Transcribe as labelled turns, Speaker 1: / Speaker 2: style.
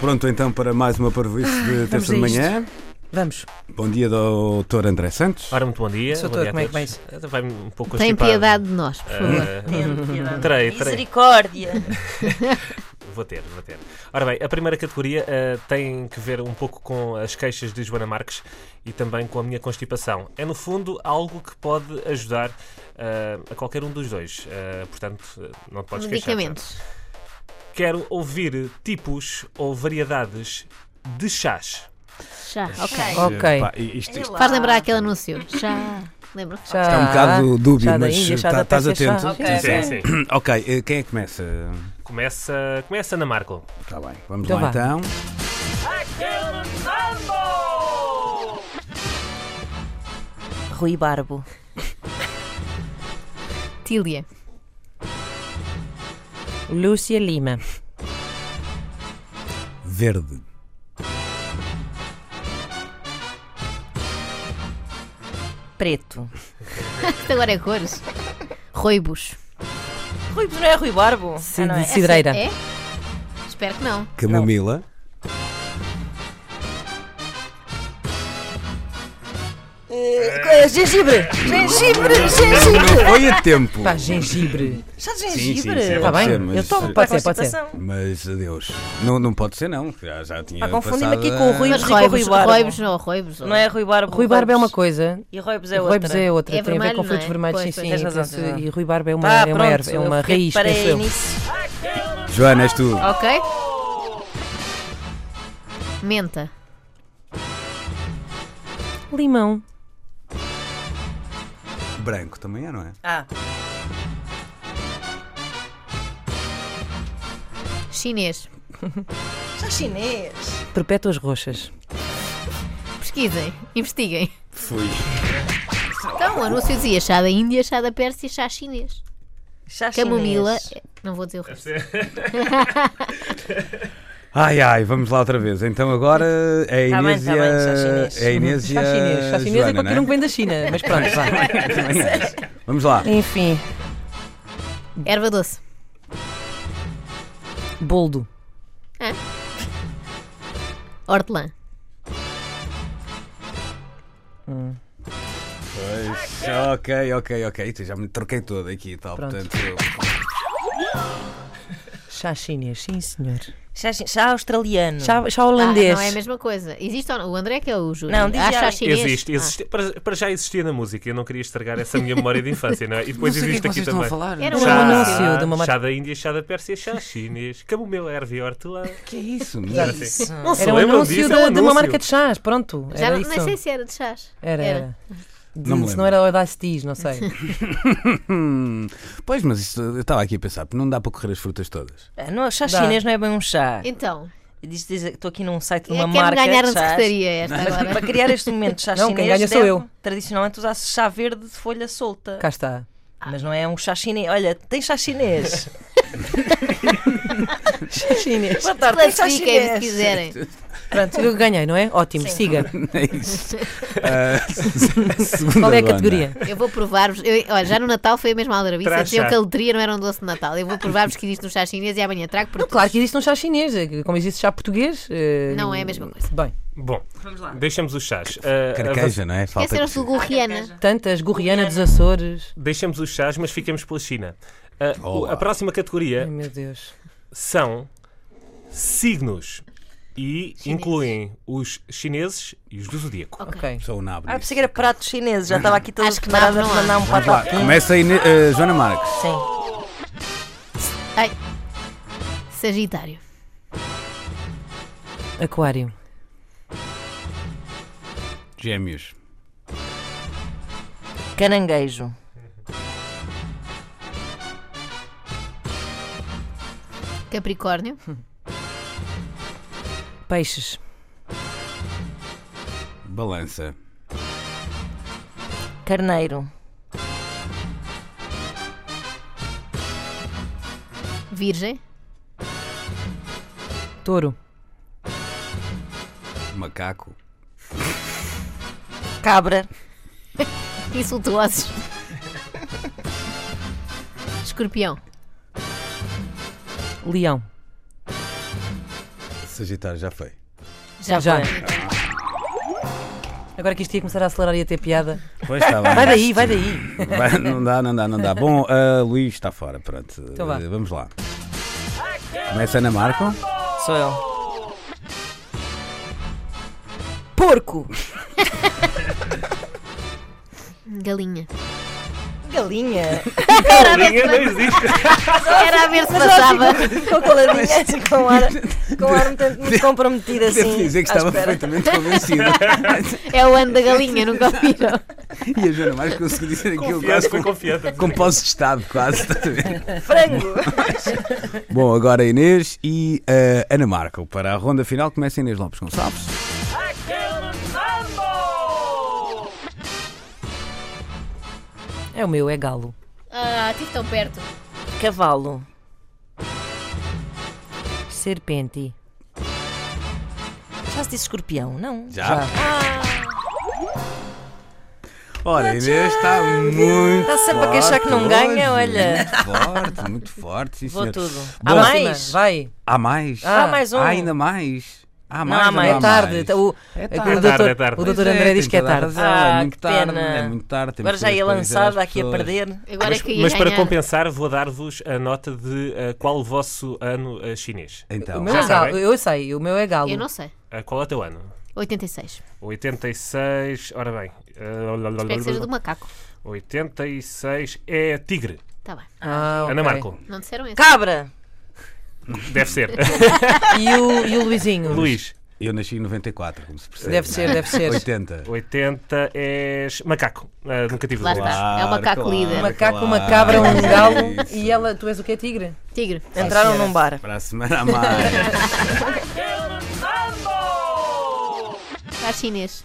Speaker 1: Pronto, então, para mais uma parvoíce de terça de
Speaker 2: Ah, vamos a isto.
Speaker 1: manhã.
Speaker 2: Vamos.
Speaker 1: Bom dia, doutor André Santos.
Speaker 3: Ora, muito bom dia.
Speaker 2: Sr.
Speaker 3: bom
Speaker 2: Doutor,
Speaker 3: dia a
Speaker 2: como é que
Speaker 3: todos. Eh, Vai-me um pouco
Speaker 4: Tem
Speaker 3: constipado.
Speaker 4: piedade de nós, por
Speaker 3: Eh,
Speaker 4: favor.
Speaker 3: terei, terei.
Speaker 5: Misericórdia!
Speaker 3: Vou ter, vou ter. Ora bem, a primeira categoria eh, tem que ver um pouco com as queixas de Joana Marques e também com a minha constipação. É, no fundo, algo que pode ajudar eh, a qualquer um dos dois. Eh, portanto, eh, não te podes queixar.
Speaker 4: Medicamentos.
Speaker 3: Quero ouvir tipos ou variedades de chás.
Speaker 4: Chá, ok.
Speaker 5: Chá.
Speaker 2: Ok.
Speaker 1: Pá, isto, isto
Speaker 4: Faz lembrar aquele anúncio. Chá. Lembra?
Speaker 2: Ah, Já.
Speaker 1: está um bocado dúbio,
Speaker 2: Chá da
Speaker 1: mas
Speaker 2: Índia, chá
Speaker 1: tá-
Speaker 2: da
Speaker 1: estás
Speaker 2: Pérsia,
Speaker 1: atento.
Speaker 2: chá-
Speaker 5: Ok,
Speaker 2: Sim,
Speaker 5: ok.
Speaker 3: sim.
Speaker 1: Ok, eh, quem é que começa?
Speaker 3: Começa, começa Ana Marco.
Speaker 1: Está bem, vamos
Speaker 2: Então
Speaker 1: lá
Speaker 2: vá.
Speaker 1: então.
Speaker 5: Rui Barbo,
Speaker 4: Tília.
Speaker 2: Lúcia Lima.
Speaker 1: Verde,
Speaker 2: Preto.
Speaker 4: Isto agora é cores. Roibos.
Speaker 5: Rui, não é Rui Barbo?
Speaker 2: Cid-
Speaker 5: Ah, não é.
Speaker 2: Cidreira.
Speaker 4: É? Espero que não.
Speaker 1: camomila,
Speaker 2: é?
Speaker 5: Eh, gengibre! Gengibre! Gengibre!
Speaker 1: foi a tempo.
Speaker 2: Pá, gengibre.
Speaker 5: Chá de
Speaker 1: sim, é
Speaker 5: gengibre!
Speaker 1: sim,
Speaker 2: Está
Speaker 1: Pode
Speaker 2: bem?
Speaker 1: ser, mas-
Speaker 2: Eu tomo, pode ser, pode ser.
Speaker 5: Constipação.
Speaker 1: Mas adeus. Não, não pode ser, não. Já, já tinha.
Speaker 5: Ah, confundi-me
Speaker 1: passado
Speaker 5: aqui
Speaker 1: a-
Speaker 5: com o Rui
Speaker 4: Mas
Speaker 5: Mas diga
Speaker 4: roibos,
Speaker 5: Rui Barbo.
Speaker 4: roibos não, roibos.
Speaker 5: Não é Rui Barbo.
Speaker 2: Rui Barba é uma coisa.
Speaker 5: E Roibos é outra.
Speaker 2: Roibos é
Speaker 4: É
Speaker 2: outra, tem a ver
Speaker 4: vermelho,
Speaker 2: com frutos
Speaker 4: não é?
Speaker 2: vermelhos, sim,
Speaker 4: Pois,
Speaker 2: sim.
Speaker 4: pois,
Speaker 5: tens razão,
Speaker 2: penso-
Speaker 5: tens razão.
Speaker 2: E Rui Barba é uma,
Speaker 5: Tá,
Speaker 2: é
Speaker 5: pronto,
Speaker 2: uma erva, é uma
Speaker 5: eu fiquei-
Speaker 2: raiz,
Speaker 5: parei
Speaker 2: penso eu.
Speaker 5: nisso.
Speaker 1: Joana, és tu.
Speaker 2: Oh.
Speaker 4: Ok? Menta.
Speaker 2: Limão.
Speaker 1: Branco também é, não é?
Speaker 5: Ah,
Speaker 4: Chinês.
Speaker 5: chá chinês!
Speaker 2: Perpétuas roxas.
Speaker 4: Pesquisem. Investiguem.
Speaker 1: Fui.
Speaker 4: Então, o anúncio dizia chá da Índia, chá da Pérsia e chá chinês.
Speaker 5: Chá
Speaker 4: Camomila. é,
Speaker 5: chinês.
Speaker 4: Não vou dizer o resto.
Speaker 1: Ai ai, vamos lá outra vez. Então agora é a
Speaker 5: Tá bem,
Speaker 1: Inês
Speaker 5: tá
Speaker 1: e
Speaker 5: bem, chá chinês.
Speaker 1: a, é a Inês e
Speaker 2: Chá
Speaker 1: a
Speaker 2: chinês. Chá chinês é
Speaker 1: Joana,
Speaker 2: qualquer um que vem da China, mas pronto, vá.
Speaker 1: não é? Vamos lá.
Speaker 2: Enfim,
Speaker 4: Erva doce.
Speaker 2: boldo.
Speaker 4: Hortelã.
Speaker 1: Pois, ok, ok, ok. Tu já me troquei toda aqui e tal.
Speaker 2: É. Pronto.
Speaker 1: Portanto,
Speaker 2: Chá chinês, sim senhor.
Speaker 5: Chá, chi- chá australiano.
Speaker 2: Chá, chá
Speaker 4: Ah,
Speaker 2: holandês.
Speaker 4: não é a mesma coisa. Existe ou não? O André que é o júri.
Speaker 5: Não, diz
Speaker 4: Há
Speaker 5: já.
Speaker 4: chá chinês. Ah,
Speaker 3: Existe,
Speaker 2: Ah.
Speaker 3: existe. Para, para já existia na música, eu não queria estragar essa minha memória de infância, não é? E depois existe aqui também.
Speaker 4: Ah, era um
Speaker 2: Chá.
Speaker 4: anúncio.
Speaker 2: É anúncio de uma marca-
Speaker 3: Chá da Índia, chá da Pérsia, chá chinês, camomila, erva e hortelã.
Speaker 1: que é isso? meu?
Speaker 5: Isso.
Speaker 3: Não se
Speaker 2: Era um
Speaker 3: lembram
Speaker 2: anúncio,
Speaker 3: disso?
Speaker 2: de,
Speaker 3: é um
Speaker 2: de uma
Speaker 3: anúncio.
Speaker 2: marca de chás, pronto.
Speaker 4: Já
Speaker 2: era
Speaker 4: não,
Speaker 2: isso.
Speaker 4: nem sei se era de chás.
Speaker 2: Era, era. De-
Speaker 1: Não me
Speaker 2: se
Speaker 1: lembro.
Speaker 2: não era o Dice Teas, não sei.
Speaker 1: Hum, pois, mas isto, eu estava aqui a pensar, porque não dá para correr as frutas todas.
Speaker 5: Ah, não, chá
Speaker 2: Dá.
Speaker 5: chinês não é bem um chá.
Speaker 4: Então, é
Speaker 5: Diz- diz- Estou aqui num site de
Speaker 4: eu
Speaker 5: uma
Speaker 4: quero
Speaker 5: marca.
Speaker 4: ganhar na
Speaker 5: de chás.
Speaker 4: secretaria esta
Speaker 5: Mas
Speaker 4: agora.
Speaker 5: para criar este momento de chá
Speaker 2: um Não, quem
Speaker 5: chinês,
Speaker 2: ganha sou
Speaker 5: deve,
Speaker 2: eu.
Speaker 5: tradicionalmente usar-se chá verde de folha solta.
Speaker 2: Cá está.
Speaker 5: Mas não é um chá chinês. Olha, tem chá chinês.
Speaker 2: Chá chinês.
Speaker 5: Boa tarde, tem chá
Speaker 4: Classifiquem se
Speaker 5: chinês.
Speaker 4: quiserem.
Speaker 2: Pronto, eu ganhei, não é? Ótimo, siga.
Speaker 1: É isso. Ah, segunda
Speaker 2: Qual é
Speaker 1: banda.
Speaker 2: a categoria?
Speaker 4: Eu vou provar-vos. eu- Olha, já no Natal foi a mesma aldrabice.
Speaker 3: Traz
Speaker 4: Diziam
Speaker 3: chá.
Speaker 4: que a letria não era um doce de Natal. Eu vou provar-vos que existe um chá chinês e amanhã trago porque.
Speaker 2: Claro que existe um chá chinês, como existe chá português. eh,
Speaker 4: Não é a mesma coisa.
Speaker 2: Bem,
Speaker 3: Bom, deixamos os chás. Ah, avança-
Speaker 1: Carqueja, não é? Falta
Speaker 4: Esqueceram-se do
Speaker 1: que-
Speaker 4: Gorriana.
Speaker 2: tantas, Gorriana dos Açores.
Speaker 3: deixamos os chás, mas fiquemos pela China. Ah, o-
Speaker 1: Olá.
Speaker 3: a próxima
Speaker 2: Ai
Speaker 3: categoria
Speaker 2: meu Deus.
Speaker 3: são signos e incluem os chineses e os do zodíaco.
Speaker 2: Ok.
Speaker 1: Sou o nabo.
Speaker 5: Ah,
Speaker 1: nisso.
Speaker 5: pensei que era pratos chineses. Já estava aqui toda
Speaker 4: Acho que
Speaker 5: preparada
Speaker 4: não,
Speaker 5: para
Speaker 4: não
Speaker 5: mandar
Speaker 4: há.
Speaker 5: um
Speaker 1: Vamos lá,
Speaker 5: pato.
Speaker 1: começa aí, eh, Joana Marques.
Speaker 5: Sim.
Speaker 4: Ai. Sagitário.
Speaker 2: Aquário.
Speaker 1: Gêmeos.
Speaker 5: Caranguejo.
Speaker 4: Capricórnio.
Speaker 2: Peixes.
Speaker 1: Balança.
Speaker 5: Carneiro.
Speaker 4: Virgem.
Speaker 2: Touro.
Speaker 1: Macaco.
Speaker 5: Cabra.
Speaker 4: Insultuosos. Escorpião.
Speaker 2: Leão.
Speaker 1: Sagitário, já foi.
Speaker 4: Já,
Speaker 2: Já.
Speaker 4: foi.
Speaker 2: Agora que isto ia começar a acelerar e a ter piada.
Speaker 1: Pois está bem.
Speaker 2: Vai daí, vai daí.
Speaker 1: Vai- não dá, não dá, não dá. Bom, ah, Luís está fora, pronto.
Speaker 2: Então vá.
Speaker 1: Eh, Vamos lá. Começa Ana Marco.
Speaker 5: Sou eu.
Speaker 2: Porco!
Speaker 4: Galinha.
Speaker 5: Galinha.
Speaker 3: Ninguém não existe.
Speaker 4: Era a ver se passava.
Speaker 5: Ficou coladinha, com ar, com ar um tanto muito comprometido assim.
Speaker 1: Devo dizer que
Speaker 5: à
Speaker 1: estava
Speaker 5: espera.
Speaker 1: perfeitamente convencido.
Speaker 4: É o ano da galinha, nunca ouviram.
Speaker 1: E a Joana Marques conseguiu dizer aquilo
Speaker 3: Confiante,
Speaker 1: quase com,
Speaker 3: foi confiante.
Speaker 1: com posse de Estado, quase. estás a ver?
Speaker 5: Frango.
Speaker 1: Bom, agora a Inês e a Ana Marco. Para a ronda final começa a Inês Lopes Gonçalves.
Speaker 2: É o meu, é galo.
Speaker 4: Ah, estive tão perto.
Speaker 5: Cavalo.
Speaker 2: Serpente.
Speaker 5: Já se disse escorpião, não?
Speaker 1: Já. Ora, a Inês está muito.
Speaker 5: Está sempre a
Speaker 1: forte
Speaker 5: queixar que não
Speaker 1: hoje,
Speaker 5: ganha, olha.
Speaker 1: Muito forte, muito forte. Sim,
Speaker 5: Vou
Speaker 1: senhor.
Speaker 5: tudo.
Speaker 1: Bom,
Speaker 5: Há mais?
Speaker 2: Vai.
Speaker 1: Há mais?
Speaker 5: Ah, há mais um.
Speaker 1: ainda mais? Há mais?
Speaker 5: há
Speaker 1: ou
Speaker 5: mais.
Speaker 1: Não
Speaker 2: É tarde.
Speaker 1: mais? É tarde.
Speaker 2: O, o doutor-
Speaker 3: É tarde, é tarde.
Speaker 2: O
Speaker 1: Pois
Speaker 2: doutor
Speaker 1: é,
Speaker 2: André diz
Speaker 1: tem
Speaker 2: que é
Speaker 1: toda a
Speaker 2: tarde.
Speaker 1: razão,
Speaker 5: Ah,
Speaker 1: é muito
Speaker 5: que
Speaker 1: tarde,
Speaker 5: pena.
Speaker 1: É muito tarde. temos
Speaker 5: Agora
Speaker 1: que
Speaker 5: já ia
Speaker 1: responsabilizar
Speaker 5: lançada
Speaker 1: as
Speaker 5: aqui a
Speaker 1: pessoas.
Speaker 5: perder.
Speaker 4: Agora é
Speaker 3: Mas,
Speaker 4: que ia
Speaker 3: mas para
Speaker 4: ganhar.
Speaker 3: compensar, vou dar-vos a nota de ah, qual o vosso ano ah, chinês.
Speaker 2: O
Speaker 1: Então,
Speaker 2: meu é
Speaker 3: Já
Speaker 2: galo.
Speaker 3: sabem.
Speaker 2: Eu sei, o meu é galo.
Speaker 4: Eu não sei.
Speaker 3: Ah, qual é o teu ano?
Speaker 4: 86.
Speaker 3: 86. Ora bem. ah, lá, lá, lá,
Speaker 4: Espero que seja
Speaker 3: lá,
Speaker 4: do macaco.
Speaker 3: 86 é tigre.
Speaker 4: Tá bem.
Speaker 2: Ah, ok.
Speaker 3: Ana Marco,
Speaker 4: Não disseram isso.
Speaker 5: Cabra.
Speaker 3: deve ser.
Speaker 2: E o, e o Luizinho?
Speaker 3: Luís,
Speaker 1: eu nasci em 94, como se percebe. é?
Speaker 2: Deve ser, deve ser.
Speaker 1: 80.
Speaker 3: 80 é macaco. Ah, nunca tive
Speaker 4: Lá
Speaker 3: dúvidas.
Speaker 4: está. É o macaco líder.
Speaker 2: Um macaco, uma cabra, um
Speaker 1: Isso.
Speaker 2: galo e ela. Tu és o quê? Tigre?
Speaker 4: Tigre.
Speaker 5: Entraram num bar.
Speaker 1: Para a semana a mais.
Speaker 4: Faz chinês.